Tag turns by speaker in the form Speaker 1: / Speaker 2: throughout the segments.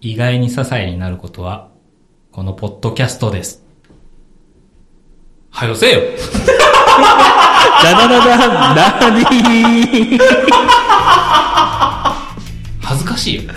Speaker 1: 意外に些細になることは、このポッドキャストです。はよせよ
Speaker 2: ダダダダなにー
Speaker 1: 恥ずかしいよ。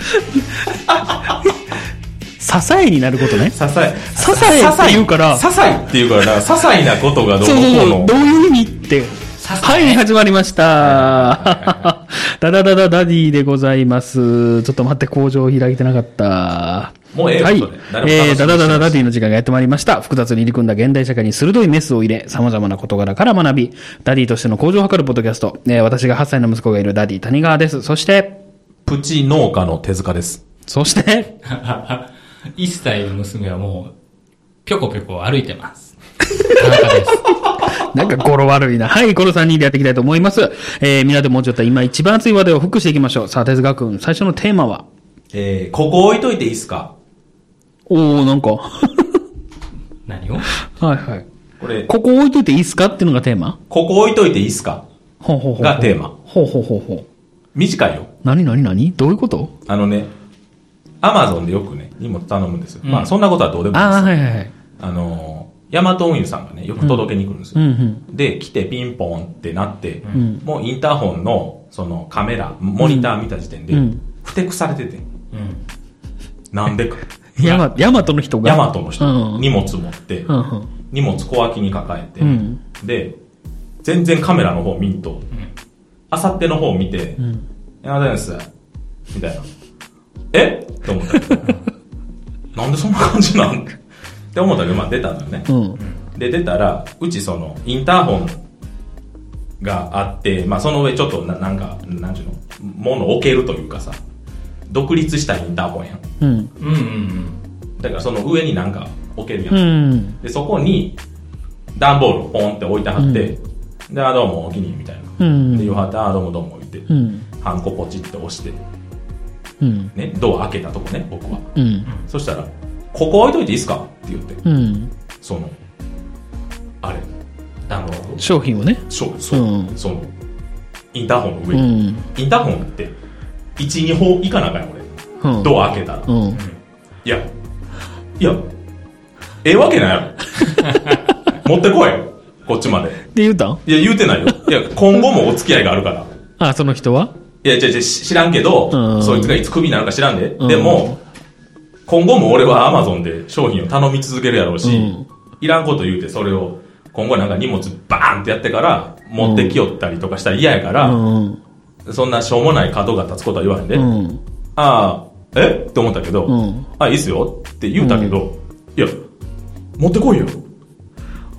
Speaker 2: 支えになることね。
Speaker 3: ささい。
Speaker 2: ささえって言うから
Speaker 3: ささいって言うからな、些細なことがどう
Speaker 2: そう
Speaker 3: の
Speaker 2: そう
Speaker 3: こ
Speaker 2: そうう、
Speaker 3: の
Speaker 2: ど。ういう意味って。
Speaker 1: ささ
Speaker 2: は
Speaker 1: え
Speaker 2: い、始まりました。ダダダダダディでございます。ちょっと待って、工場開いてなかった。
Speaker 3: もうええよ
Speaker 2: はい
Speaker 3: それ。誰も楽しみにしてない
Speaker 2: えー、ダダダダダディの時間がやってまいりました。複雑に入り組んだ現代社会に鋭いメスを入れ、様々な事柄から学び、ダディとしての向上を図るポッドキャスト。えー私が8歳の息子がいるダディ谷川です。そして、
Speaker 3: プチ農家の手塚です。
Speaker 2: そして、
Speaker 1: 一歳の娘はもう、ぴょこぴょこ歩いてます。田中です。
Speaker 2: なんか語呂悪いな。はい、この3人でやっていきたいと思います。えー、みんなでもうちょっと今一番熱い話題をフックしていきましょう。さあ、哲学君、最初のテーマは
Speaker 3: えー、ここ置いといていいっすか
Speaker 2: おー、なんか。は
Speaker 1: 何を
Speaker 2: い はい。
Speaker 3: これ、こ
Speaker 2: ここ置いといていいっすかっていうのがテーマ
Speaker 3: こ置いといていいっすか
Speaker 2: ほうほうほうほう。
Speaker 3: がテーマ
Speaker 2: ほうほうほうほう。
Speaker 3: 短いよ。
Speaker 2: 何何何どういうこと
Speaker 3: あのね、アマゾンでよくね、荷物頼むんですよ。
Speaker 1: うん
Speaker 3: まあ、そんなことはどうでもいい
Speaker 2: ああ、
Speaker 3: です。
Speaker 2: はいはいはい。
Speaker 3: あのー、ヤマト運輸さんがね、よく届けに来るんです
Speaker 2: う
Speaker 3: よ。
Speaker 2: んうん。
Speaker 3: で、来てピンポンってなって、
Speaker 2: ん
Speaker 3: もうインターホンの、そのカメラ、モニター見た時点で、
Speaker 2: うん
Speaker 3: ふてくされてて、
Speaker 1: うん。
Speaker 3: なんでか。
Speaker 2: ヤマ、ヤマトの人が。
Speaker 3: ヤマトの人、
Speaker 2: うん。
Speaker 3: 荷物持って、
Speaker 2: うんうん。
Speaker 3: 荷物小脇に抱えて、
Speaker 2: うん
Speaker 3: で、全然カメラの方見んと、あさっての方見て、
Speaker 2: うん。
Speaker 3: やだです。みたいな。えって思ったけど。 なんでそんな感じなんって思ったけど、まあ出たんだよね
Speaker 2: う。ん。
Speaker 3: で、出たら、うちその、インターホンがあって、まあその上ちょっとな、なんか、なんちゅうの、物置けるというかさ、独立したインターホンやん。
Speaker 2: うん。
Speaker 1: うんうん
Speaker 3: だからその上になんか置けるやん。
Speaker 2: うん。
Speaker 3: で、そこに、段ボールをポンって置いてはって、で、あ、どうも、お気に入りみたいな。
Speaker 2: うん
Speaker 3: で、言わはって、あ、どうもどうも言って、
Speaker 2: うん。
Speaker 3: ハンコポチって押して、
Speaker 2: うん。
Speaker 3: ね、ドア開けたとこね、僕は。
Speaker 2: うん。
Speaker 3: そしたら、ここ置いといていいっすかって言って、
Speaker 2: うん。
Speaker 3: その、あれ、あの、
Speaker 2: 商品をね。
Speaker 3: そう、そう、
Speaker 2: うん
Speaker 3: その、インターホンの
Speaker 2: う
Speaker 3: 上に、
Speaker 2: ん。
Speaker 3: インターホンって、1、2歩以下なんかや、
Speaker 2: うん。
Speaker 3: 俺。ドア開けたら。
Speaker 2: う
Speaker 3: い
Speaker 2: ん。
Speaker 3: や、いや、ええわけないや ろ。持ってこいよ、こっちまで。
Speaker 2: で言うたん
Speaker 3: いや、言う てないよ。いや、今後もお付き合いがあるから。
Speaker 2: あ、その人はい
Speaker 3: や、違う違う、し知らんけど、
Speaker 2: うん
Speaker 3: そいつがいつクビになるか知らんで。
Speaker 2: うん
Speaker 3: でも、今後も俺はアマゾンで商品を頼み続けるやろうし、
Speaker 2: うん
Speaker 3: いらんこと言うて、それを、今後なんか荷物バーンってやってから、持ってきよったりとかしたら嫌やか
Speaker 2: う
Speaker 3: ら、
Speaker 2: ん。
Speaker 3: そんなしょうもない角が立つことは言わへんで、
Speaker 2: うん。
Speaker 3: ああ、えって思ったけど、
Speaker 2: うん
Speaker 3: あ、いいっすよって言うたけど、いや、持ってこいよ。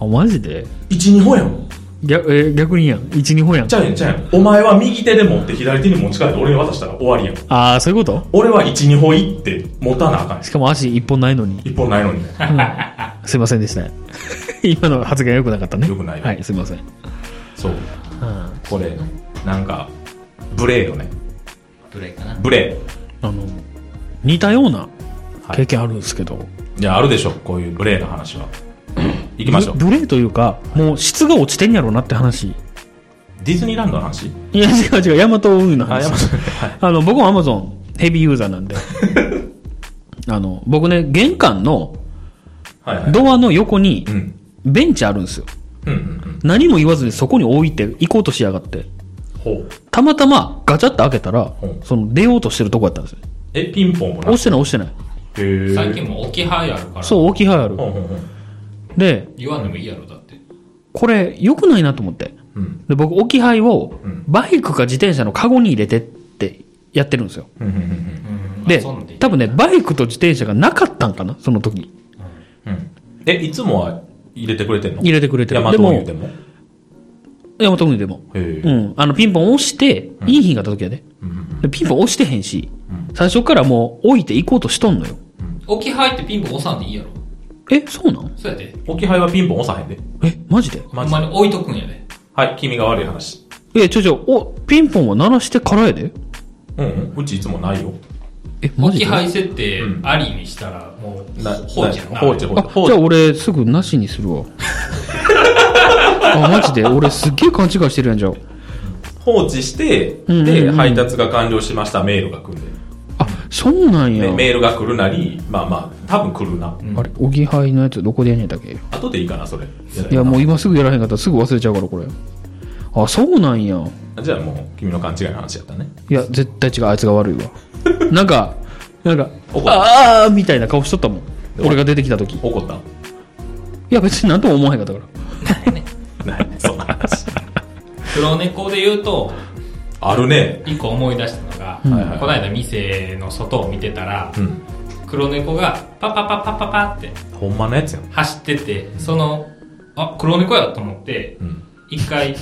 Speaker 2: あ、マジで
Speaker 3: 1、2本やもん。
Speaker 2: 逆、えー、逆にやん。1、2本やん
Speaker 3: ち。ゃうやん、ちゃうやん。お前は右手で持って左手に持ち帰って俺に渡したら終わりやん。
Speaker 2: ああ、そういうこと
Speaker 3: 俺は1、2歩行って持たなあかん
Speaker 2: しかも足1本ないのに。
Speaker 3: 一本ないのにね。
Speaker 2: すいませんでした。 今の発言良くなかったね。
Speaker 3: 良くないよ
Speaker 2: はい、すいません。
Speaker 3: そう。これ、なんか、無礼よね。
Speaker 1: どれかな
Speaker 3: 無礼。
Speaker 2: あの、似たような
Speaker 3: はい
Speaker 2: 経験あるんですけど、
Speaker 3: いや、あるでしょ、こういう無礼な話は。 行きましょう。
Speaker 2: ブレというか、もう質が落ちてんやろうなって話。
Speaker 3: ディズニーランドの話
Speaker 2: いや、違う違う、ヤマト運輸の
Speaker 3: あ、
Speaker 2: 話。
Speaker 3: やばい。
Speaker 2: あの、僕もアマゾンヘビーユーザーなん で、あの、僕ね、玄関の
Speaker 3: はいはい。
Speaker 2: ドアの横に
Speaker 3: うん。うん
Speaker 2: ベンチあるんですよ。
Speaker 3: うんうん。
Speaker 2: 何も言わずにそこに置いて行こうとしやがって。
Speaker 3: ほう。
Speaker 2: たまたまガチャって開けたら
Speaker 3: うん、
Speaker 2: その出ようとしてるとこやったんですよ。
Speaker 3: え、ピンポンもな。
Speaker 2: 押してない押してない。
Speaker 3: へえ。
Speaker 1: 最近も置き配あるから、
Speaker 2: そう、置き配ある
Speaker 3: ほ。うほうほう。
Speaker 2: で、
Speaker 1: 言わんでもいいやろ、だって。
Speaker 2: これ良くないなと思って。
Speaker 3: うん。
Speaker 2: で、僕置き配を
Speaker 3: うん
Speaker 2: バイクか自転車のカゴに入れてってやってるんですよ。
Speaker 3: うんうんうん
Speaker 1: うん
Speaker 2: で
Speaker 1: まあそんなんいい、
Speaker 2: 多分ね、バイクと自転車がなかったんかな、その時。
Speaker 3: うんうん。え、いつもは入れてくれてんの
Speaker 2: 入れてくれてる
Speaker 3: ヤマト運輸でも。
Speaker 2: ヤマト運輸でも。
Speaker 3: へえ。
Speaker 2: うん。あの、ピンポン押して、いい日があった時やで。
Speaker 3: うんうん
Speaker 2: でピンポン押してへんし、最初からもう置いて行こうとしとんのよ。
Speaker 1: 置き配ってピンポン押さんでいいやろ。
Speaker 2: え、そうなん
Speaker 1: そうやで。
Speaker 3: 置き配はピンポン押さへんで。
Speaker 2: え、マジで
Speaker 1: ほんまに置いとくんやで。
Speaker 3: はい、君が悪い話。
Speaker 2: え、ちょちょ、お、ピンポンは鳴らしてからやで。
Speaker 3: うんうん。うちいつもないよ。
Speaker 2: え、マ
Speaker 1: 置
Speaker 2: ジ
Speaker 1: き
Speaker 2: で
Speaker 1: 配設定
Speaker 3: うん
Speaker 1: ありにしたら、もう、
Speaker 3: な
Speaker 1: 放置や
Speaker 3: な
Speaker 1: な。
Speaker 3: 放置、放置。放
Speaker 2: あ、
Speaker 3: 置
Speaker 2: じゃあ俺すぐなしにするわ。あ、マジで俺すっげえ勘違いしてるやんじゃん。
Speaker 3: 放置して、
Speaker 2: うんうん
Speaker 3: で、
Speaker 2: うん
Speaker 3: 配達が完了しました、メールが来るんで。
Speaker 2: あ、そうなんや。
Speaker 3: でメールが来るなり、まあまあ、多分来るな。
Speaker 2: あれ、おぎはいのやつどこでやんねんだっけ
Speaker 3: 後でいいかな、それ。
Speaker 2: いや、もう今すぐやらへんかったらすぐ忘れちゃうから、これ。あ、そうなんや。
Speaker 3: じゃあもう、君の勘違いの話やったね。
Speaker 2: いや、絶対違う。あいつが悪いわ。 なんか、なんか、
Speaker 3: 怒った
Speaker 2: ああみたいな顔しとったもん。俺が出てきた時。い
Speaker 3: 怒った
Speaker 2: や、別になんとも思わへんかったから。
Speaker 1: ないね。
Speaker 3: ないね、そんな話。
Speaker 1: 黒猫で言うと、
Speaker 3: あるね。
Speaker 1: 一個思い出したのが、
Speaker 3: はいはい
Speaker 1: この間店の外を見てたら、
Speaker 3: うん。
Speaker 1: 黒猫がパパパパパパって
Speaker 3: ほんまのやつやん。
Speaker 1: 走ってて、その、あ、黒猫やと思って
Speaker 3: う、ん。
Speaker 1: 一回、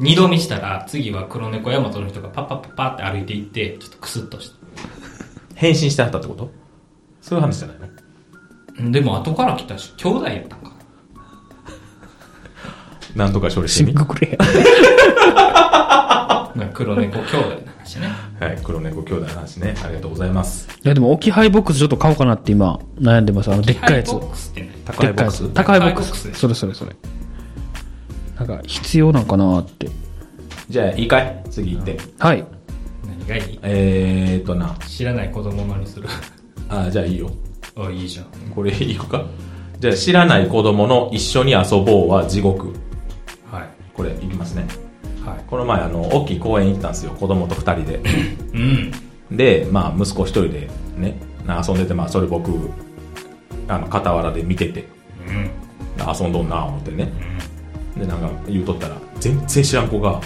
Speaker 1: 二度見したら、次は黒猫ヤマトの人がパパパパって歩いていって、ちょっとクスッとし
Speaker 3: 返信してあったってことそういう話じゃないの
Speaker 1: た。でも後から来たし、兄弟やったんか。
Speaker 3: なんとか処理して
Speaker 2: シ
Speaker 3: み
Speaker 2: ン。くれ。
Speaker 1: なんか黒猫兄弟の話ね。
Speaker 3: はい、黒猫兄弟の話ね。ありがとうございます。
Speaker 2: いや、でも、置き配ボックスちょっと買おうかなって今、悩んでます。あの、でっかいやつ
Speaker 1: ハイ。ボックスってね。
Speaker 3: 高
Speaker 2: で
Speaker 3: い
Speaker 2: っ
Speaker 3: ボ
Speaker 2: かい
Speaker 3: ッ
Speaker 2: や
Speaker 3: ク
Speaker 2: つ
Speaker 3: ス。。
Speaker 2: 高いボッ
Speaker 1: 高いボ
Speaker 2: ク
Speaker 1: ックス
Speaker 2: ス。
Speaker 1: ね
Speaker 2: それそれそれ。なんか、必要なんかなって。
Speaker 3: じゃあ、いいかい次行って。
Speaker 2: はい。
Speaker 1: 何がいい
Speaker 3: えーっとな。
Speaker 1: 知らない子供のにする。
Speaker 3: あ、じゃあいいよ。
Speaker 1: あ、いいじゃん。
Speaker 3: これいくかじゃあ、知らない子供の一緒に遊ぼうは地獄。
Speaker 1: はい。
Speaker 3: これ、いきますね。
Speaker 1: はい。
Speaker 3: この前、あの、大きい公園行ったんですよ。子供と二人で。
Speaker 1: うん。
Speaker 3: で、まあ、息子一人でね、な遊んでて、まあ、それ僕、あの、傍らで見てて、
Speaker 1: うん。
Speaker 3: な遊んどんな思ってね。で、なんか言うとったら、全然知らん子が、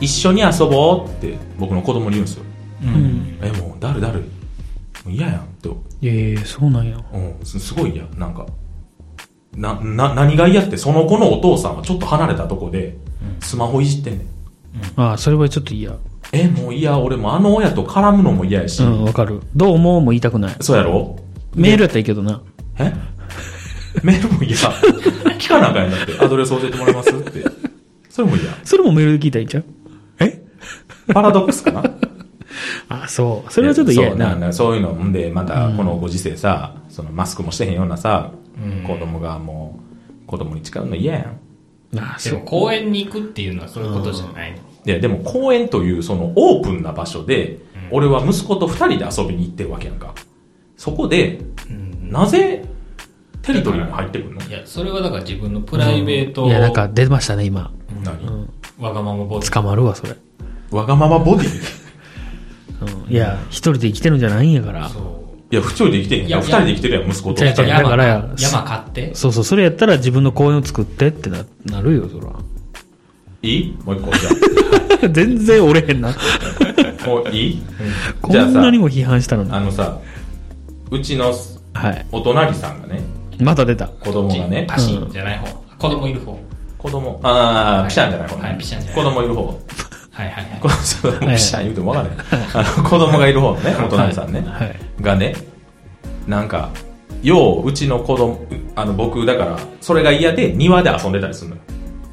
Speaker 3: 一緒に遊ぼうって僕の子供に言うんですよ。
Speaker 1: うん。
Speaker 3: え、もう、誰誰もう嫌やんって。
Speaker 2: いやいや、そうなんや。
Speaker 3: うん、すすごい嫌。なんか、な、な、何が嫌って、その子のお父さんはちょっと離れたとこで、スマホいじってんねん。
Speaker 2: ああ、それはちょっと嫌。
Speaker 3: え、もう嫌、俺もあの親と絡むのも嫌やし。
Speaker 2: うん、わかる。どう思うも言いたくない。
Speaker 3: そうやろ
Speaker 2: メールやったらいいけどな。
Speaker 3: えメールも嫌。聞かなあかんやんだって。アドレス教えてもらえますって。それも嫌。
Speaker 2: それもメールで聞いたらいいんちゃうえ
Speaker 3: パラドックス かな
Speaker 2: あ、そう。それはちょっと嫌や
Speaker 3: そう
Speaker 2: な。
Speaker 3: んかそういうのんで、またこのご時世さ、そのマスクもしてへんようなさ、
Speaker 1: うん
Speaker 3: 子供がもう、子供に誓うの嫌やん。
Speaker 2: あ、
Speaker 1: で
Speaker 2: そ
Speaker 1: も
Speaker 2: う。
Speaker 1: 公園に行くっていうのはそういうことじゃないの。
Speaker 3: で、でも公園というそのオープンな場所で、俺は息子と二人で遊びに行ってるわけやんか。そこで、
Speaker 1: うん。
Speaker 3: なぜ、テリトリーに入ってくるの
Speaker 1: いや、それはだから自分のプライベートを、
Speaker 2: いや、なんか出ましたね、今。
Speaker 3: 何
Speaker 1: わがままボディ。
Speaker 2: 捕まるわ、それ。
Speaker 3: わがままボディ
Speaker 2: うん。いや、一人で生きてるんじゃないんやから。
Speaker 1: そ
Speaker 3: いや、不調で生きてんやん。
Speaker 1: い
Speaker 3: 二
Speaker 1: や
Speaker 3: 人で生きてるやん、息子と
Speaker 2: 違う違う
Speaker 3: 二
Speaker 1: う。
Speaker 3: 人。
Speaker 2: だから
Speaker 1: 山山買って。
Speaker 2: そうそう、それやったら自分の公園を作ってってな、なるよ、そら。
Speaker 3: いいもう一個じ ゃ
Speaker 2: 全然折れへん な。
Speaker 3: あ。もういい
Speaker 2: こ
Speaker 3: じゃあさ
Speaker 2: んなにも批判したのに。
Speaker 3: あのさ、うちの
Speaker 2: はい。
Speaker 3: お隣さんがね、
Speaker 2: また出た。
Speaker 3: 子供がね、
Speaker 1: パシンじゃない方。子供いる方。
Speaker 3: 子供、あー、ピシャンじゃない方
Speaker 1: はい
Speaker 3: ね
Speaker 1: ピシャンじゃ。ない
Speaker 3: 子供いる方。
Speaker 1: はいはいはい
Speaker 3: こ。の人もうピシャン言うてもわからない。あの、子供がいる方のね、お隣さんね。
Speaker 2: はい。
Speaker 3: がね、なんか、よう、うちの子供、あの、僕、だから、それが嫌で庭で遊んでたりするのよ。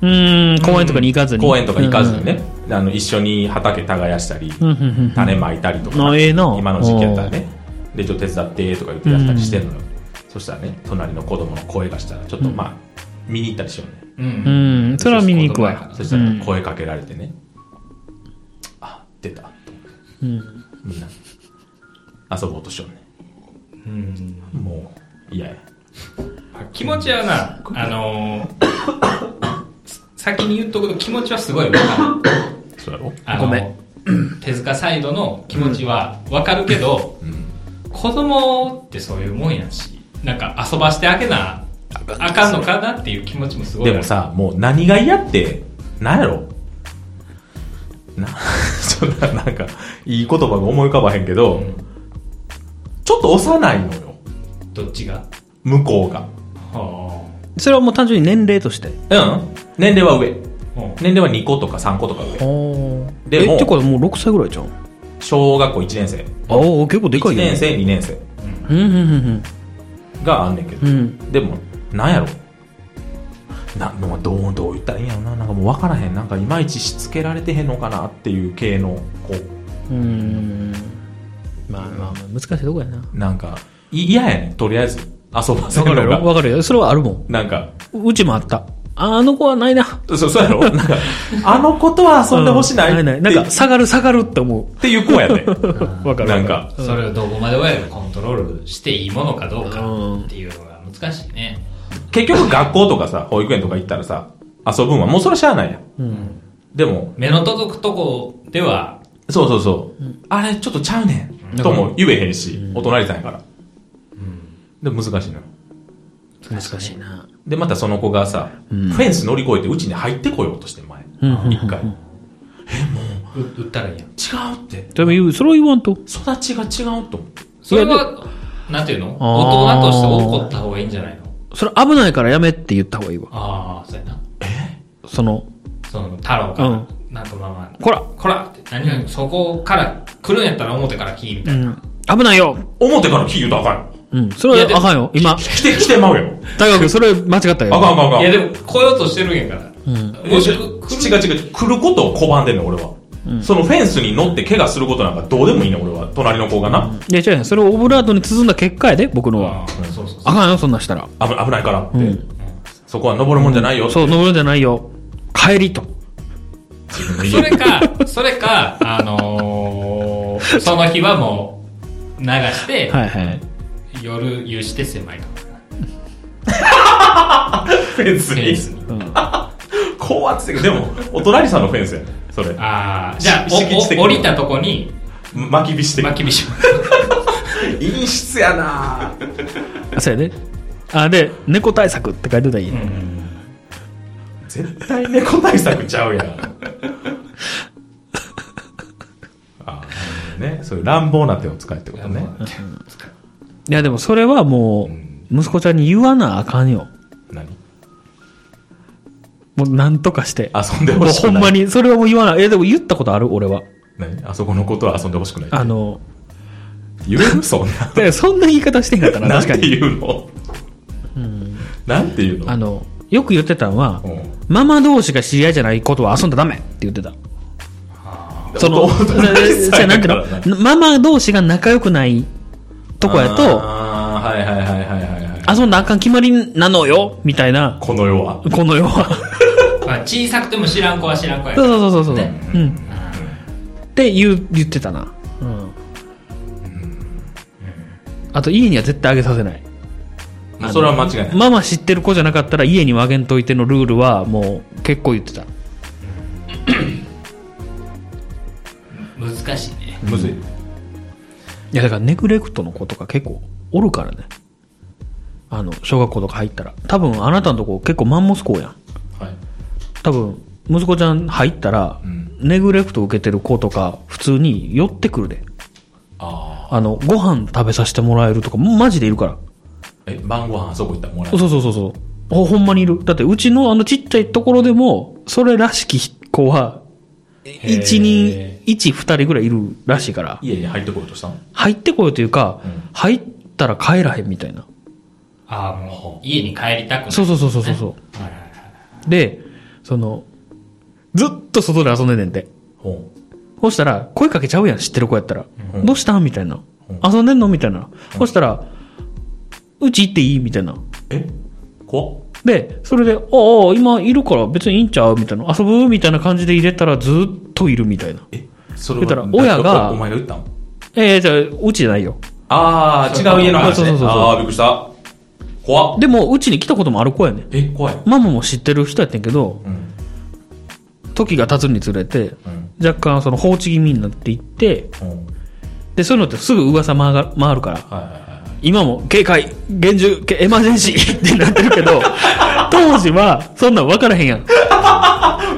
Speaker 2: うーん、公園とかに行かずに。
Speaker 3: 公園とか行かずにね、あの、一緒に畑耕したり、
Speaker 2: うん。うん、うん、うん。
Speaker 3: 種まいたりとか、
Speaker 2: あええな
Speaker 3: 今の時期やったらねでちょっと手伝ってとか言ってやったりしてんのよ、そしたらね隣の子供の声がしたらちょっとまあ、見に行ったりしようね
Speaker 1: う。
Speaker 2: うんん、それは見に行くわ。
Speaker 3: そしたら声かけられてね、あ出た
Speaker 2: うん。
Speaker 3: みんな遊ぼうとしようね
Speaker 1: うん。
Speaker 3: もう嫌や
Speaker 1: 気持ちはな、あの ー先に言っとくと気持ちはすごいわかる。
Speaker 3: そうやろ
Speaker 1: あの
Speaker 2: ごめん。
Speaker 1: 手塚サイドの気持ちはわかるけど、子供ってそういうもんやし、なんか遊ばしてあげな、あかんのかなっていう気持ちもすごい
Speaker 3: で
Speaker 1: ある
Speaker 3: もさもう何が嫌ってなんやろな ちょっとなんかいい言葉が思い浮かばへんけど、
Speaker 1: うん
Speaker 3: ちょっと幼いのよ
Speaker 1: どっちが
Speaker 3: 向こうが
Speaker 1: は
Speaker 2: それはもう単純に年齢として。
Speaker 3: うん年齢は上
Speaker 1: あうん
Speaker 3: 年齢は2個とか3個とか上
Speaker 2: お
Speaker 3: でも
Speaker 2: え、てかもう6歳ぐらいじゃん。
Speaker 3: 小学校1年生
Speaker 2: ああ、結構でか
Speaker 3: 1
Speaker 2: いよ、ね。
Speaker 3: 年生2年生
Speaker 2: うん、うん、
Speaker 3: があんねんけ
Speaker 2: う
Speaker 3: ど、
Speaker 2: ん、うん。
Speaker 3: でもなんやろなもうどうどう言ったらいいんやろななんかもう分からへんなんかいまいちしつけられてへんのかなっていう系のこ
Speaker 2: うん。うん。まあまあ、難しいとこやな。
Speaker 3: うなんかい嫌やねんとりあえず遊ばせ
Speaker 2: わ
Speaker 3: る
Speaker 2: かる
Speaker 3: の
Speaker 2: よ。
Speaker 3: が
Speaker 2: わかるよ。それはあるもん。
Speaker 3: なんか
Speaker 2: うちもあった。あ、あの子はないな。
Speaker 3: そう、そうやろなんか、あの子とは遊んでほしない,、
Speaker 2: うんないない。なんか、下がる下がるって思
Speaker 3: っていう子やね。
Speaker 2: う。わかる。
Speaker 3: なんか、
Speaker 1: それをどこまで親がコントロールしていいものかどう
Speaker 2: う
Speaker 1: か
Speaker 2: ん
Speaker 1: っていうのが難しいね。
Speaker 3: 結局学校とかさ、保育園とか行ったらさ、遊ぶんは、もうそれしゃあないやん。でも、
Speaker 1: 目の届くとこでは、
Speaker 3: そうそうそう、あれちょっとちゃうねん。とも言えへんし、お隣さんやから。でも難しいのよ。
Speaker 2: わかる。難しいな。
Speaker 3: で、またその子がさ、フェンス乗り越えてうちに入ってこようとして前。
Speaker 2: うん
Speaker 3: 一回。違
Speaker 1: う売ったらいいやん。
Speaker 3: うって。
Speaker 2: でも言う、それを言わんと。
Speaker 3: 育ちが違うと思って。
Speaker 1: それは、なんていうの
Speaker 2: あ
Speaker 1: 大
Speaker 2: ー
Speaker 1: 人として怒った方がいいんじゃないの
Speaker 2: それ危ないからやめって言った方がいいわ。
Speaker 1: ああ、そうやな。
Speaker 2: その、
Speaker 1: その、太郎
Speaker 2: う
Speaker 1: が
Speaker 2: ん、
Speaker 1: なんかまあまあ、
Speaker 2: こら、
Speaker 1: こらって、何々、そこから来るんやったら表から来い、みた
Speaker 2: う
Speaker 1: いな。
Speaker 2: ん。危ないよ。
Speaker 3: 表から聞いたらあかんよ。
Speaker 2: うん。それ
Speaker 1: いやで
Speaker 2: はあかんよ。今、
Speaker 3: 来て、来てまうよ。
Speaker 2: 大学それ間違った
Speaker 3: あ
Speaker 2: よ。
Speaker 3: かんあかんあかん。
Speaker 1: いや、でも、来ようとしてるんやから。
Speaker 3: 違う
Speaker 1: もしく来る
Speaker 3: 違う違う。来ることを拒んでんねん、俺は。そのフェンスに乗って怪我することなんかどうでもいいねん、俺は。隣の子がな。
Speaker 2: いや、違うやんそれをオブラートに包んだ結果やで、僕の
Speaker 1: あ
Speaker 2: は。
Speaker 1: ーそうそうそう。
Speaker 2: あかんよ、そんなんしたら。
Speaker 3: 危危ないからって、
Speaker 2: うん
Speaker 3: そこは登るもんじゃないよって
Speaker 2: そう、登るんじゃないよ。帰りと。
Speaker 1: それか、それか、あのー、その日はもう、流して、
Speaker 2: はいはい。
Speaker 1: 夜、湯して狭いとか。
Speaker 3: フェンス
Speaker 1: フェンス
Speaker 3: に
Speaker 1: に。
Speaker 3: こうあってでもお隣さんのフェンスやねんそれ
Speaker 1: ああ、じゃあ、
Speaker 3: 敷地的に
Speaker 1: おお降りたとこに、
Speaker 3: 巻き火して
Speaker 1: まあ厳しい。
Speaker 3: 陰湿やな
Speaker 2: あ、そうやで。あ、で、猫対策って書いてたらいい。
Speaker 3: 絶対猫対策ちゃうやんあーねそういう乱暴な手を使えってことね
Speaker 2: いや、でもそれはもう、息子ちゃんに言わなあかんよ。
Speaker 3: 何
Speaker 2: もう、なんとかして。
Speaker 3: 遊んでほしくない
Speaker 2: もうほんまに、それはもう言わない。え、でも言ったことある俺は。
Speaker 3: 何あそこのことは遊んでほしくない
Speaker 2: あの、
Speaker 3: 言えるそんな
Speaker 2: でそんな言い方してんかったな、
Speaker 3: なん
Speaker 2: 確か
Speaker 3: て
Speaker 2: に。
Speaker 3: 言うのなんて言うの
Speaker 2: あの、よく言ってたのは、
Speaker 3: うん
Speaker 2: ママ同士が知り合いじゃないことは遊んだらダメって言ってた。その、
Speaker 3: お父さん
Speaker 2: じゃあなんていうのママ同士が仲良くないとこやと、
Speaker 3: あーはいはいはいはいはいはい
Speaker 2: 遊んだらあかん決まりなのよ、みたいな、
Speaker 3: この世は
Speaker 2: この世 は。
Speaker 1: まあ、小さくても知らん子は知らん子やか
Speaker 2: そ
Speaker 1: ら。
Speaker 2: うそうそうそうそう。
Speaker 1: ね
Speaker 2: うん。って言う言ってたな。うん。あと、家には絶対あげさせない。
Speaker 3: もうそれは間違いない
Speaker 2: ママ知ってる子じゃなかったら家にはあげんといてのルールはもう結構言ってた。
Speaker 1: 難しいね。
Speaker 3: むずい
Speaker 2: いやだからネグレクトの子とか結構おるからね。あの、小学校とか入ったら。多分あなたのとこ結構マンモス校やん。
Speaker 3: はい
Speaker 2: 多分、息子ちゃん入ったら、
Speaker 3: ん
Speaker 2: ネグレクト受けてる子とか普通に寄ってくるで。
Speaker 3: ああ
Speaker 2: あの、ご飯食べさせてもらえるとか、マジでいるから。
Speaker 3: え晩ご飯あそこ行ったらもらえ
Speaker 2: そうそうそうそう。ほ、ほんまにいる。だって、うちのあのちっちゃいところでも、それらしき子は、
Speaker 1: ー
Speaker 2: 1人、1、2人ぐらいいるらしいから、
Speaker 3: 家に入ってこようとしたの
Speaker 2: 入ってこようというか、
Speaker 3: ん
Speaker 2: 入ったら帰らへんみたいな。
Speaker 1: ああ、もう、家に帰りたくない。
Speaker 2: そうそうそうそうそうそう。で、その、ずっと外で遊んでんねんて。
Speaker 3: ほ
Speaker 2: そしたら、声かけちゃうやん、知ってる子やったら。
Speaker 3: うん
Speaker 2: どうしたんみたいな。遊んでんのみたいな。そしたら、うち行っていいみたいな。
Speaker 3: うえ怖っ
Speaker 2: で、それで、ああ、今いるから別にいいんちゃうみたいな。遊ぶみたいな感じで入れたらずっといるみたいな。
Speaker 3: えそれ
Speaker 2: 言ったら親が
Speaker 3: おお前が言ったの
Speaker 2: えー、じゃあ、うちじゃないよ。
Speaker 3: ああ違う家の話
Speaker 2: そうそう
Speaker 3: ね
Speaker 2: そうそう
Speaker 3: ああびっくりした怖っ
Speaker 2: でも、うちに来たこともある子やねん。
Speaker 3: え怖い
Speaker 2: ママも知ってる人やってんけど、
Speaker 3: うん
Speaker 2: 時が経つにつれて、
Speaker 3: うん
Speaker 2: 若干その放置気味になっていって、
Speaker 3: うんで
Speaker 2: で、そういうのってすぐ噂回が回るから、
Speaker 3: はいはいはい
Speaker 2: 今も警戒、厳重、けエマージェンシーってなってるけ ど、当時はそんなん分からへんやん。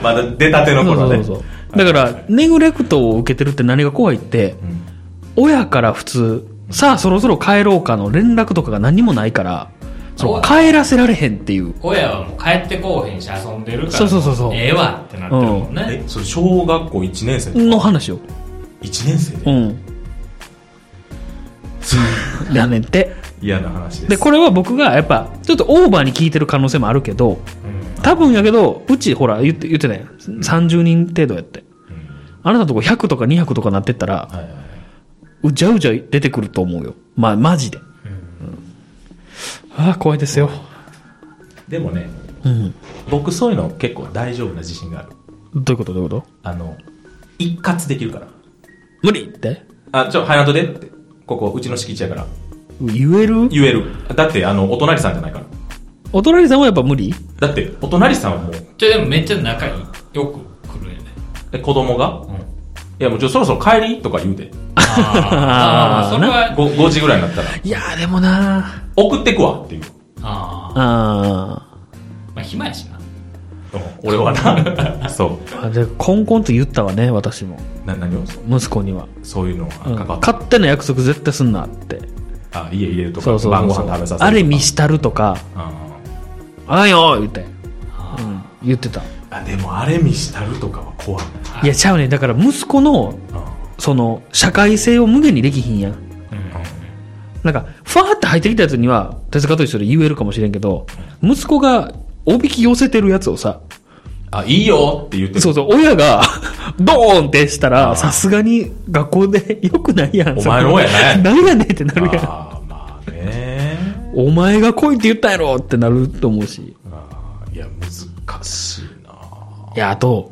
Speaker 3: まだ出たての
Speaker 2: そう
Speaker 3: 頃
Speaker 2: そ
Speaker 3: ね
Speaker 2: うそう。だから、ネグレクトを受けてるって何が怖いって、
Speaker 3: うん
Speaker 2: 親から普通、さあそろそろ帰ろうかの連絡とかが何もないから、その帰らせられへんっていう。
Speaker 1: 親はもう帰ってこうへんし遊んでるから。
Speaker 2: そうそうそうそう
Speaker 1: ええわってなってるもんね。
Speaker 3: えそれ小学校1年生
Speaker 2: の話を。
Speaker 3: 1年生
Speaker 2: う
Speaker 3: で
Speaker 2: ん。やねんて。
Speaker 3: 嫌な話で
Speaker 2: で、
Speaker 3: す
Speaker 2: これは僕がやっぱ、ちょっとオーバーに聞いてる可能性もあるけど、多分やけど、うちほら言って言ってたやん。30人程度やって。あなたのとこ100とか200とかなってったら、
Speaker 3: はいはいはいう
Speaker 2: じゃうじゃ出てくると思うよ。まあ、マジで。うんああ、怖いですよ。
Speaker 3: でもね
Speaker 2: うん。
Speaker 3: 僕そういうの結構大丈夫な自信がある
Speaker 2: どういうことどういうこと
Speaker 3: あの一括できるから
Speaker 2: 無理って
Speaker 3: あちょハイアントでってここうちの敷地やから
Speaker 2: 言える
Speaker 3: 言えるだってあのお隣さんじゃないから
Speaker 2: お隣さんはやっぱ無理
Speaker 3: だってお隣さんはもう
Speaker 1: じゃあでもめっちゃ仲いい。よく来るよね。
Speaker 3: え子供が
Speaker 1: うん。
Speaker 3: いやもうちょそろそろ帰りとか言うで
Speaker 1: あーあー、それは、
Speaker 3: 5, 時ぐらいになったら
Speaker 2: いやーでもな
Speaker 3: 送ってくわっていう
Speaker 1: ああ、
Speaker 2: あ
Speaker 1: まあ暇やしな。
Speaker 3: うん俺はな そ
Speaker 2: ーあ。で、コンコンと言ったわね、私も。
Speaker 3: うな何をそ
Speaker 2: 息子には。
Speaker 3: そういうのは
Speaker 2: うん
Speaker 3: 関わって、
Speaker 2: 勝手な約束絶対すんなって。
Speaker 3: あ家入れるとか
Speaker 2: そうそう
Speaker 3: 晩
Speaker 2: そうそ
Speaker 3: ご飯
Speaker 2: う。
Speaker 3: 食べさせるとか
Speaker 2: ある意味したるとか、
Speaker 3: あ
Speaker 2: あんよ言って。
Speaker 1: あ
Speaker 2: う
Speaker 1: ー
Speaker 2: ん。言ってた。
Speaker 3: ーあでもあれ見したるとかは怖い
Speaker 2: いや、ちゃうね。だから息子の、その、社会性を無限にできひんやん。なんか、ファーって入ってきたやつには、手塚と一緒で言えるかもしれんけど、息子が、おびき寄せてるやつをさ、
Speaker 3: あいいよって言ってる
Speaker 2: そうそう、親が、 ドーンってしたら、さすがに学校で良くないやん。
Speaker 3: お前の親やね
Speaker 2: 何やねんってなるやん。
Speaker 3: あーまあね
Speaker 2: お前が来いって言ったやろってなると思うし。
Speaker 3: あーいや難しいない
Speaker 2: や、あと、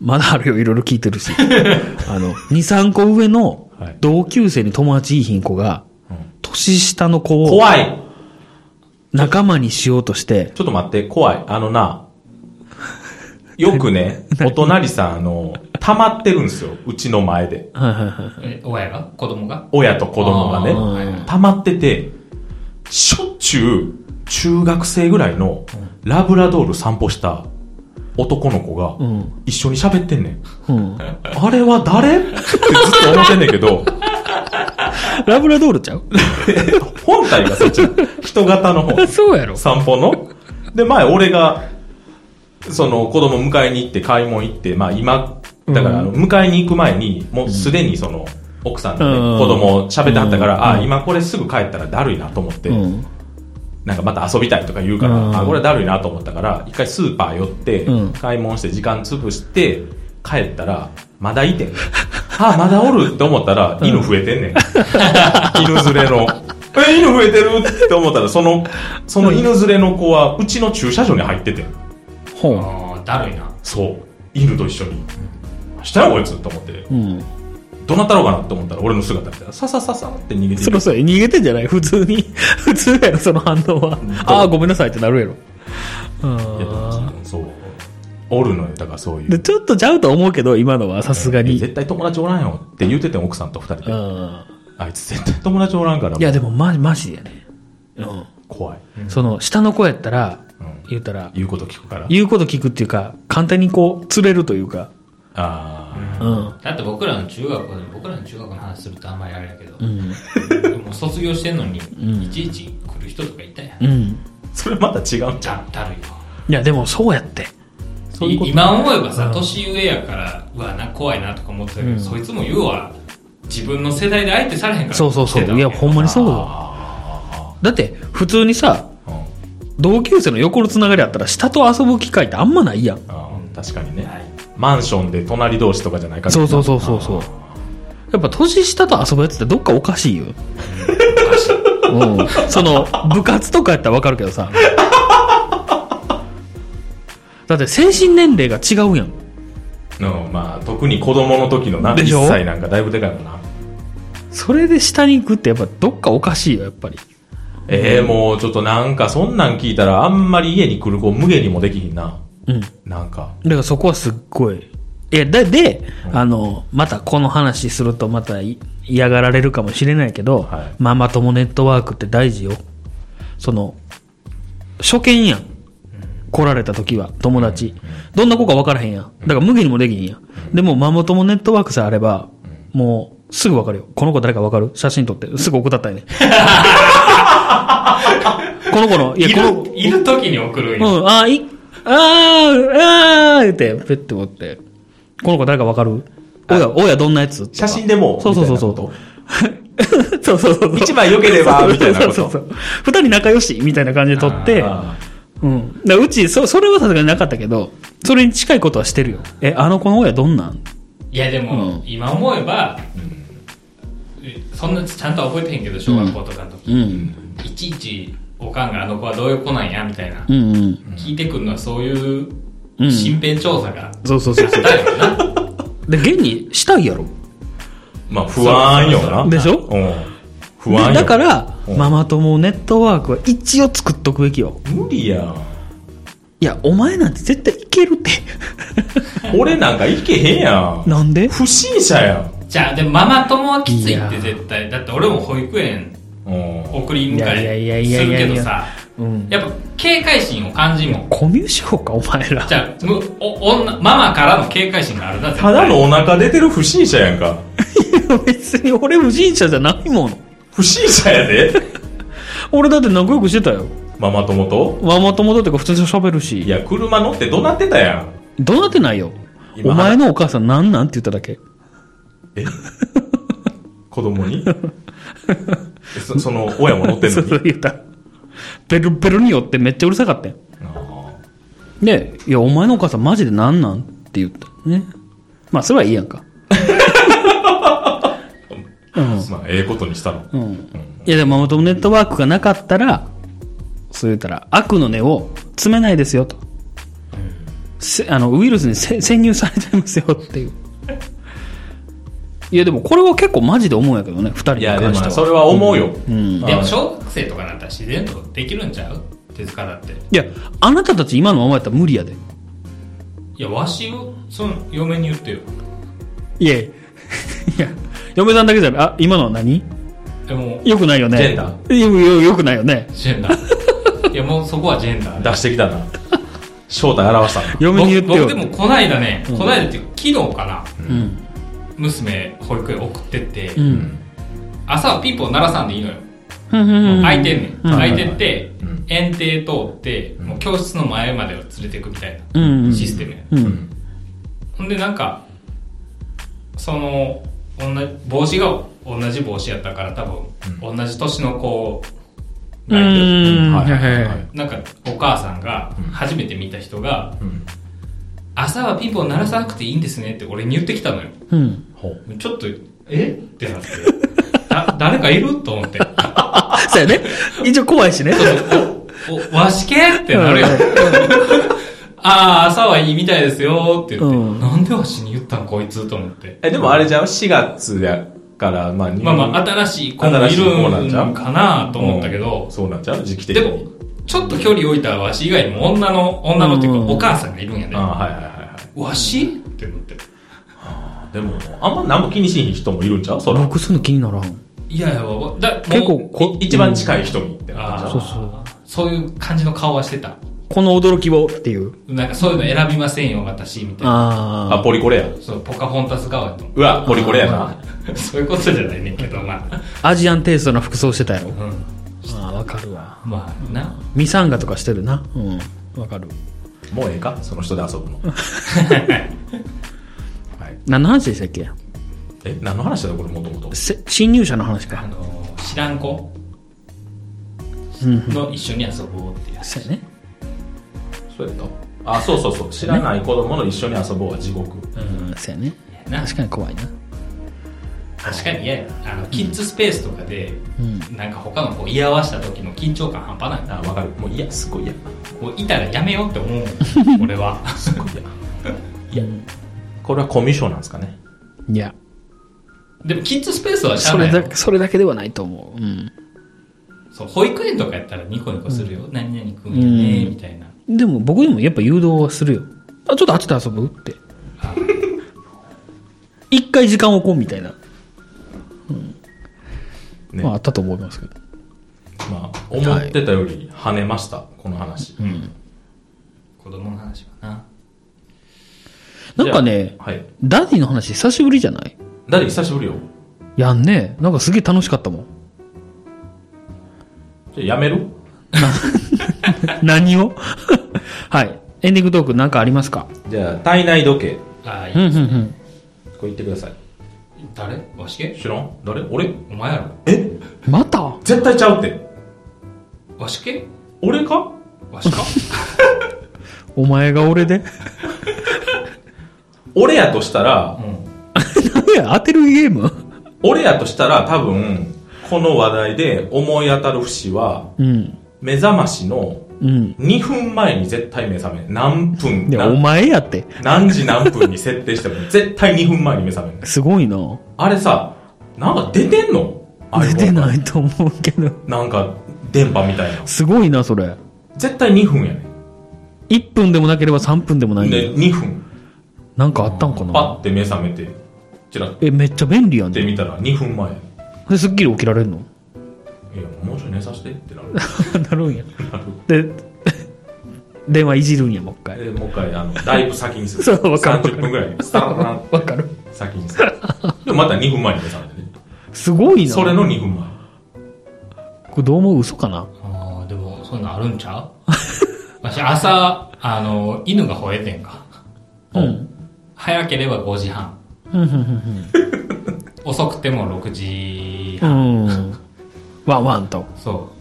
Speaker 2: まだあるよ、いろいろ聞いてる し。あの、2、3個上の
Speaker 3: はい
Speaker 2: 同級生に友達いいひん子が、年下の子を
Speaker 3: 怖い
Speaker 2: 仲間にしようとして、
Speaker 3: ちょっと待って、怖い。あのな、よ くね、お隣さん、あの、溜まってるんですよ。うちの前で。
Speaker 2: はいはいはい。
Speaker 1: え、親が子供が
Speaker 3: 親と子供が
Speaker 1: あーはいは
Speaker 3: ね、溜まってて、しょっちゅう、中学生ぐらいの、ラブラドール散歩した男の子が
Speaker 2: ん、
Speaker 3: 一緒に喋ってんねん。
Speaker 2: うん。
Speaker 3: あれは誰ってずっと思ってんねんけど、
Speaker 2: ラブラドールちゃう
Speaker 3: 本体がそっち、人型の方。
Speaker 2: そうやろ
Speaker 3: 散歩の。で、前俺が、その子供迎えに行って買い物行って、まあ今、だからあの迎えに行く前に、もうすでにその奥さんのね、
Speaker 2: うん
Speaker 3: 子供喋ってはったから、
Speaker 2: うん
Speaker 3: ああ、今これすぐ帰ったらだるいなと思って、
Speaker 2: うん。
Speaker 3: なんかまた遊びたいとか言うから、
Speaker 2: うん
Speaker 3: あこれだるいなと思ったから、一回スーパー寄って、
Speaker 2: うん
Speaker 3: 買い物して時間潰して、帰ったら、まだいてん。 あ、まだおるって思ったら、犬増えてん ねん。犬連れの。え、犬増えてるって思ったら、その、その犬連れの子は、うちの駐車場に入っててん。
Speaker 2: ほう。
Speaker 1: ああ、だるいな。
Speaker 3: そう。犬と一緒に。したよ、こいつと思って。
Speaker 2: うん。
Speaker 3: どなったろうかなって思ったら、俺の姿見たら、ささささって逃げてい
Speaker 2: そ
Speaker 3: く
Speaker 2: ろそろ逃げてんじゃない普通に。 普通やろ、その反応は。ああ、ごめんなさいってなるやろ。
Speaker 3: いやで
Speaker 2: うん。
Speaker 3: もそう。おるのよ、だからそういう
Speaker 2: で、。ちょっとちゃうと思うけど、今のはさすが
Speaker 3: いや
Speaker 2: に。
Speaker 3: 絶対友達おらんよって言うててん奥さんと二人
Speaker 2: う
Speaker 3: で、
Speaker 2: ん。
Speaker 3: あいつ絶対友達おらんから
Speaker 2: いや、でも、ま、マジでやね。うん。
Speaker 3: 怖い、
Speaker 2: その、下の子やったら
Speaker 3: うん、
Speaker 2: 言ったら、
Speaker 3: 言うこと聞くから
Speaker 2: 言うこと聞くっていうか、簡単にこう、釣れるというか。
Speaker 3: あ
Speaker 2: うん。
Speaker 1: だって僕らの中学校で、僕らの中学校の話するとあんまりあれだけど、
Speaker 2: うん。
Speaker 1: でも卒業してんのに、いちいち来る人とかいたやん。
Speaker 2: うん。
Speaker 3: あそれまた違うんじゃ
Speaker 1: だだるいわ。
Speaker 2: いや、でも、そうやって。
Speaker 3: そういうこと
Speaker 1: い今思えばさ、
Speaker 2: うん
Speaker 1: 年上やから、うわ、な、怖いなとか思ってたけど、そいつも言うわ、自分の世代で相手されへんから。
Speaker 2: そうそうそ
Speaker 1: 来てたわ
Speaker 2: う。い
Speaker 1: け
Speaker 2: や、ほんまにそうだ。だって、普通にさ、
Speaker 3: ん、うん
Speaker 2: 同級生の横のつながりあったら下と遊ぶ機会ってあんまないやん
Speaker 3: あー確かにね、
Speaker 1: はい
Speaker 3: マンションで隣同士とかじゃないから
Speaker 2: そうそうそうそうそうやっぱ年下と遊ぶやつってどっかおかしいよ、うん、その部活とかやったらわかるけどさだって精神年齢が違うやん
Speaker 3: うんまあ特に子供の時のな
Speaker 2: でしょ
Speaker 3: 1歳なんかだいぶでかいもんな
Speaker 2: それで下に行くってやっぱどっかおかしいよやっぱり
Speaker 3: えー、もうちょっとなんかそんなん聞いたらあんまり家に来る子無限にもできひんな
Speaker 2: うんだ
Speaker 3: なんか
Speaker 2: からそこはすっごいいやでで、あのまたこの話するとまたい嫌がられるかもしれないけど、
Speaker 3: はい
Speaker 2: ママ友ネットワークって大事よその初見やん来られた時は友達どんな子か分からへんやんだから無限にもできへんやんでもママ友ネットワークさえあればもうすぐ分かるよこの子誰か分かる写真撮ってすぐ送ったったん やねこの子のい
Speaker 1: い
Speaker 2: やこの
Speaker 1: る、いる時に送るんや。
Speaker 2: うん、あ、い、あー、あー、って、ペッて持って。この子誰かわかる親、親どんなやつ
Speaker 3: 写真でも
Speaker 2: そうそうそうそう
Speaker 3: みたいなこ
Speaker 2: そうそうそう。
Speaker 3: 一枚良ければみたいなこと
Speaker 2: そうそうそう。二人仲良し、みたいな感じで撮って、
Speaker 3: あ
Speaker 2: うん。だからうち、そ、それはさすがになかったけど、それに近いことはしてるよ。え、あの子の親どんなん
Speaker 1: いやでも、
Speaker 2: うん
Speaker 1: 今思えば、そんなちゃんとは覚えてへんけど小学校とかの時、
Speaker 2: ん。
Speaker 1: いちいちおかんがあの子はどういう子なんやみたいな、
Speaker 2: うんうん。
Speaker 1: 聞いてくるのはそういう
Speaker 2: うん
Speaker 1: 身辺調査が
Speaker 2: そうそうそうそ
Speaker 1: だよな、
Speaker 2: う。で、現にしたいやろ。
Speaker 3: まあ不安よな。
Speaker 2: でしょ
Speaker 3: うん。不
Speaker 2: で
Speaker 3: 安よ。
Speaker 2: だから、
Speaker 3: うん
Speaker 2: ママ友ネットワークは一応作っとくべきよ。
Speaker 3: 無理やん。
Speaker 2: いや、お前なんて絶対いける って。
Speaker 3: 俺なんかいけへんやん。
Speaker 2: なんで
Speaker 3: 不審者やん。
Speaker 1: じゃあでもママ友はきついって絶対だって俺も保育園
Speaker 3: うん。
Speaker 1: 送り迎
Speaker 2: いやいや
Speaker 1: え
Speaker 2: いや
Speaker 1: す
Speaker 2: い
Speaker 1: る
Speaker 2: や
Speaker 1: け
Speaker 2: いや
Speaker 1: どさ
Speaker 2: うん。
Speaker 1: やっぱ警戒心を感じんもん
Speaker 2: コミュ障か、お前ら
Speaker 1: じ。ゃあむお女ママからの警戒心があるな絶対
Speaker 3: ただのお腹出てる不審者やんか。
Speaker 2: いや 別に俺不審者じゃないもの。
Speaker 3: 不審者やで。
Speaker 2: 俺だって仲良くしてたよ。
Speaker 3: ママ友と。
Speaker 2: ママ友だってか普通に喋る
Speaker 3: い
Speaker 2: し。
Speaker 3: や、車乗って怒鳴ってたやん。
Speaker 2: どうなってないよ。
Speaker 3: 今
Speaker 2: お前のお母さんなんなんって言っただけ。
Speaker 3: 子供に。えそその、親も乗ってん
Speaker 2: そ
Speaker 3: の
Speaker 2: うそう
Speaker 3: に。
Speaker 2: 言った。ペルペルによってめっちゃうるさかったよ。
Speaker 3: あ
Speaker 2: で、いや、お前のお母さんマジでなんなんって言った。ね。まあ、それはいいやん か。うん。
Speaker 3: ーまあ、ええことにしたの。
Speaker 2: うん。いや、でも、ママ友ネットワークがなかったら、そう言ったら、悪の根を詰めないですよ、と。せあの、ウイルスにせ潜入されちゃいますよ、っていう。いや、でも、これは結構マジで思うんやけどね、二人
Speaker 3: い
Speaker 2: に
Speaker 3: や、で
Speaker 2: 関
Speaker 3: も
Speaker 2: して
Speaker 3: な
Speaker 2: は。
Speaker 3: それは思うよ。
Speaker 2: うん。
Speaker 1: でも小学生とかだったら自然とできるんちゃう手塚だって
Speaker 2: いや、あなたたち今のままやったら無理やで。
Speaker 1: いやわしをその嫁に言ってよ
Speaker 2: いやいや、嫁さんだけじゃない。あ、今のは何
Speaker 1: でも
Speaker 2: よくないよね。
Speaker 3: ジェンダ
Speaker 2: ーよよよくないよね。
Speaker 1: ジェンダ ーいやもうそこはジェンダー
Speaker 3: 出してきたな。正体表したな。
Speaker 2: 嫁に言ってよ。
Speaker 1: 僕僕でもこないだね、こないだっていうか昨日かな
Speaker 2: うん。
Speaker 1: 娘保育園送ってって、
Speaker 2: うん。
Speaker 1: 朝はピンポン鳴らさんでいいのよ、
Speaker 2: うんうん。
Speaker 1: 開いてんねん、
Speaker 2: うん
Speaker 1: 開いてって、
Speaker 3: うん
Speaker 1: 園庭通って、もう教室の前までを連れてくみたい
Speaker 2: うんう
Speaker 1: なんシステムや、
Speaker 2: うん。
Speaker 1: ほんでなんかその同じ帽子が同じ帽子やったから多分、同じ年の子
Speaker 2: う
Speaker 1: がいて、
Speaker 2: ん。
Speaker 3: はいはいはい
Speaker 2: はい
Speaker 1: なんかお母さんが初めて見た人が、
Speaker 3: うん
Speaker 1: 朝はピンポン鳴らさなくていいんですねって俺に言ってきたのよ
Speaker 2: うん。
Speaker 3: ほう
Speaker 1: ちょっとえってなってだ誰かいると思って
Speaker 2: そうやね。一応怖いしね。
Speaker 1: おわし系ってなるよ
Speaker 2: うん
Speaker 1: ああ朝はいいみたいですよって言って、
Speaker 2: うん
Speaker 1: なんでわしに言ったんこいつと思って
Speaker 3: え、でもあれじゃん、4月やから、まあ、
Speaker 1: まあまあ新しい子もいるんかなと思ったけ
Speaker 3: うん
Speaker 1: ど、
Speaker 3: そうなんちゃう時期的
Speaker 1: で
Speaker 3: に。
Speaker 1: もちょっと距離置いたわし以外にも女の女のっていうか
Speaker 2: うん
Speaker 1: お母さんがいるんやね、
Speaker 3: あはいはいはいは
Speaker 1: わしって思って
Speaker 3: い。でも、あんま何も気にしん人もいるんちゃうそら。
Speaker 2: 僕そういうの気にならん。
Speaker 1: いやいやわわだ
Speaker 2: 結構
Speaker 1: もう
Speaker 2: こ
Speaker 3: い一番近い人にってな
Speaker 1: あ
Speaker 3: ったん
Speaker 1: あ
Speaker 2: そう
Speaker 3: ちゃ
Speaker 2: そう
Speaker 1: そういう感じの顔はしてた
Speaker 2: この驚きをっていう。
Speaker 1: なんかそういうの選びませんよ私みたいな
Speaker 3: うあ、
Speaker 2: あ
Speaker 3: ポリコレや。
Speaker 1: そうポカホンタス顔やと思
Speaker 3: うわ、ポリコレやな
Speaker 1: ま。う そういうことじゃないねんけどまあ
Speaker 2: あ。アジアンテイストな服装してたやろ。
Speaker 1: うん
Speaker 2: ああ、わかるわ。
Speaker 1: まあな
Speaker 2: ミサンガとかしてるな。うん。わかる。
Speaker 3: もうええかその人で遊ぶの。はい。
Speaker 2: 何の話でしたっけ
Speaker 3: え、何の話だよこれもともと。
Speaker 2: せ侵入者の話
Speaker 1: あ
Speaker 2: か。
Speaker 1: の知らん子
Speaker 2: うん。
Speaker 1: の一緒に遊ぼうっていう
Speaker 2: そうやね。
Speaker 3: そうやったあ、そうそうそう。知らない子供の一緒に遊ぼうは地獄。
Speaker 2: うん、そうやね。
Speaker 1: な
Speaker 2: 確かに怖いな。
Speaker 1: 確かに嫌やあのキッズスペースとかで、
Speaker 2: うん
Speaker 1: なんか他の子居合わせた時の緊張感半端ないな
Speaker 3: あ、わかる。もう嫌、すごい嫌。
Speaker 1: もういたらやめようって思うもん俺 は
Speaker 3: すごい嫌。いや、これはコミュ障なんですかね。
Speaker 2: いや、
Speaker 1: でもキッズスペースはしゃあ
Speaker 2: そ
Speaker 1: な
Speaker 2: れ
Speaker 1: い
Speaker 2: だそれだけではないと思う。うん。
Speaker 1: そう保育園とかやったらニコニコするよ、何々くんやねみたいな
Speaker 2: でも僕でもやっぱ誘導はするよ。あ、ちょっとあっちで遊ぶ って。一回時間置こうみたいな。
Speaker 3: ね
Speaker 2: まああったと思いますけど。
Speaker 3: まあ、思ってたより跳ねました、この話。
Speaker 1: 子供の話はな
Speaker 2: なんかね
Speaker 3: じゃ、あはい。
Speaker 2: ダディの話久しぶりじゃない
Speaker 3: ダディ久しぶりよ。
Speaker 2: やんね。なんかすげえ楽しかったもん。
Speaker 3: じゃあやめる
Speaker 2: 何を はい。エンディングトークなんかありますか
Speaker 3: じゃあ、体内時計。
Speaker 1: ああいい、
Speaker 2: うんうんうん。
Speaker 3: これ言ってください。
Speaker 1: 誰わし系
Speaker 3: 知らん誰俺
Speaker 1: お前やろ
Speaker 3: え
Speaker 2: また
Speaker 3: 絶対ちゃうって。
Speaker 1: わし系
Speaker 3: 俺か
Speaker 1: わ しか
Speaker 2: お前が俺 で
Speaker 3: 俺やとしたら
Speaker 1: う、ん
Speaker 2: 何や、当てるゲーム
Speaker 3: 俺やとしたら多分、この話題で思い当たる節は、
Speaker 2: うん。
Speaker 3: 目覚ましの
Speaker 2: うん。
Speaker 3: 2分前に絶対目覚めん何分
Speaker 2: いや、
Speaker 3: な
Speaker 2: お前やって。
Speaker 3: 何時何分に設定しても絶対2分前に目覚めん
Speaker 2: すごいな。
Speaker 3: あれさなんか出てんの
Speaker 2: 出て
Speaker 3: iPhone か
Speaker 2: ないと思うけど。
Speaker 3: らなんか電波みたいな
Speaker 2: すごいな、それ。
Speaker 3: 絶対2分やね
Speaker 2: 1分でもなければ3分でもない
Speaker 3: ん
Speaker 2: んだ
Speaker 3: で
Speaker 2: よ。
Speaker 3: 2分
Speaker 2: なんかあったんか
Speaker 3: パ
Speaker 2: な
Speaker 3: ッて目覚めてチラッ
Speaker 2: え、めっちゃ便利やん
Speaker 3: て
Speaker 2: ね。
Speaker 3: 見たら2分前や
Speaker 2: で、すっきり起きられるの
Speaker 3: いやもうちょい寝させてってな る
Speaker 2: なるんや。で、 電話いじるんや、もう一回。
Speaker 3: でもう一回あのだいぶ先にする
Speaker 2: そうわかる
Speaker 3: 30分ぐらいスタララン
Speaker 2: わかる。
Speaker 3: 先にするでもまた2分前に目覚めてね
Speaker 2: すごいな。
Speaker 3: それの2分前
Speaker 2: これどう思う嘘かな
Speaker 1: ああ、でも、そういうのあるんちゃう私、朝、あの、犬が吠えてんか。
Speaker 2: うん。
Speaker 1: 早ければ5時半。
Speaker 2: うん、うん、うん
Speaker 1: 遅くても6時
Speaker 2: う、ん。うん。ワンワンと。
Speaker 1: そ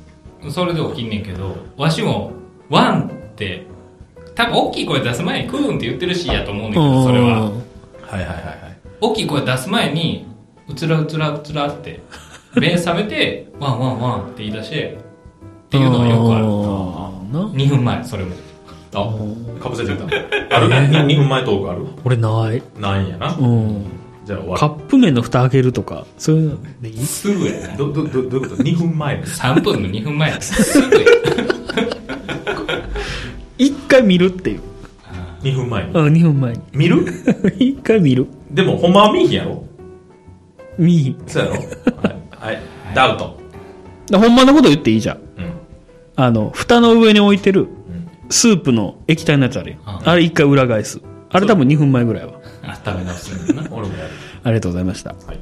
Speaker 1: う。それで起きんねんけど、わしも、ワンって、多分大きい声出す前に、クーンって言ってるしやと思うねんけど、それは。
Speaker 3: はいはいはいはい
Speaker 1: 大きい声出す前に、うつらうつらうつらって、目覚めて、 ワンワンワンって言い出して、っていうのはよくある。
Speaker 2: る。な
Speaker 1: 2分前、それも。
Speaker 3: あかぶせてたある 2, 分前トークある
Speaker 2: 俺ない。
Speaker 3: なんやな
Speaker 2: うん。
Speaker 3: じゃあ終わ
Speaker 2: カップ麺の蓋開けるとか、そういうのでいい
Speaker 3: るすぐやなどどどどういうこと2分前です
Speaker 1: 3分の2分前やすぐや。
Speaker 2: 一回見るっていう。
Speaker 3: 2分前に
Speaker 2: うん、2分前に。
Speaker 3: 見る
Speaker 2: 一回見る。
Speaker 3: でもほんまは見えへんやろ
Speaker 2: 見ひん
Speaker 3: そうやろはい、はい、ダウト
Speaker 2: だほんまのこと言っていいじゃん。
Speaker 3: うん
Speaker 2: あの、蓋の上に置いてる
Speaker 3: ん、
Speaker 2: スープの液体のやつあるよ。
Speaker 1: あ
Speaker 2: あれ一回裏返す。あれ多分2分前ぐらいは。
Speaker 1: 温め直すんだな。
Speaker 3: 俺もやる
Speaker 2: ありがとうございました。
Speaker 3: はい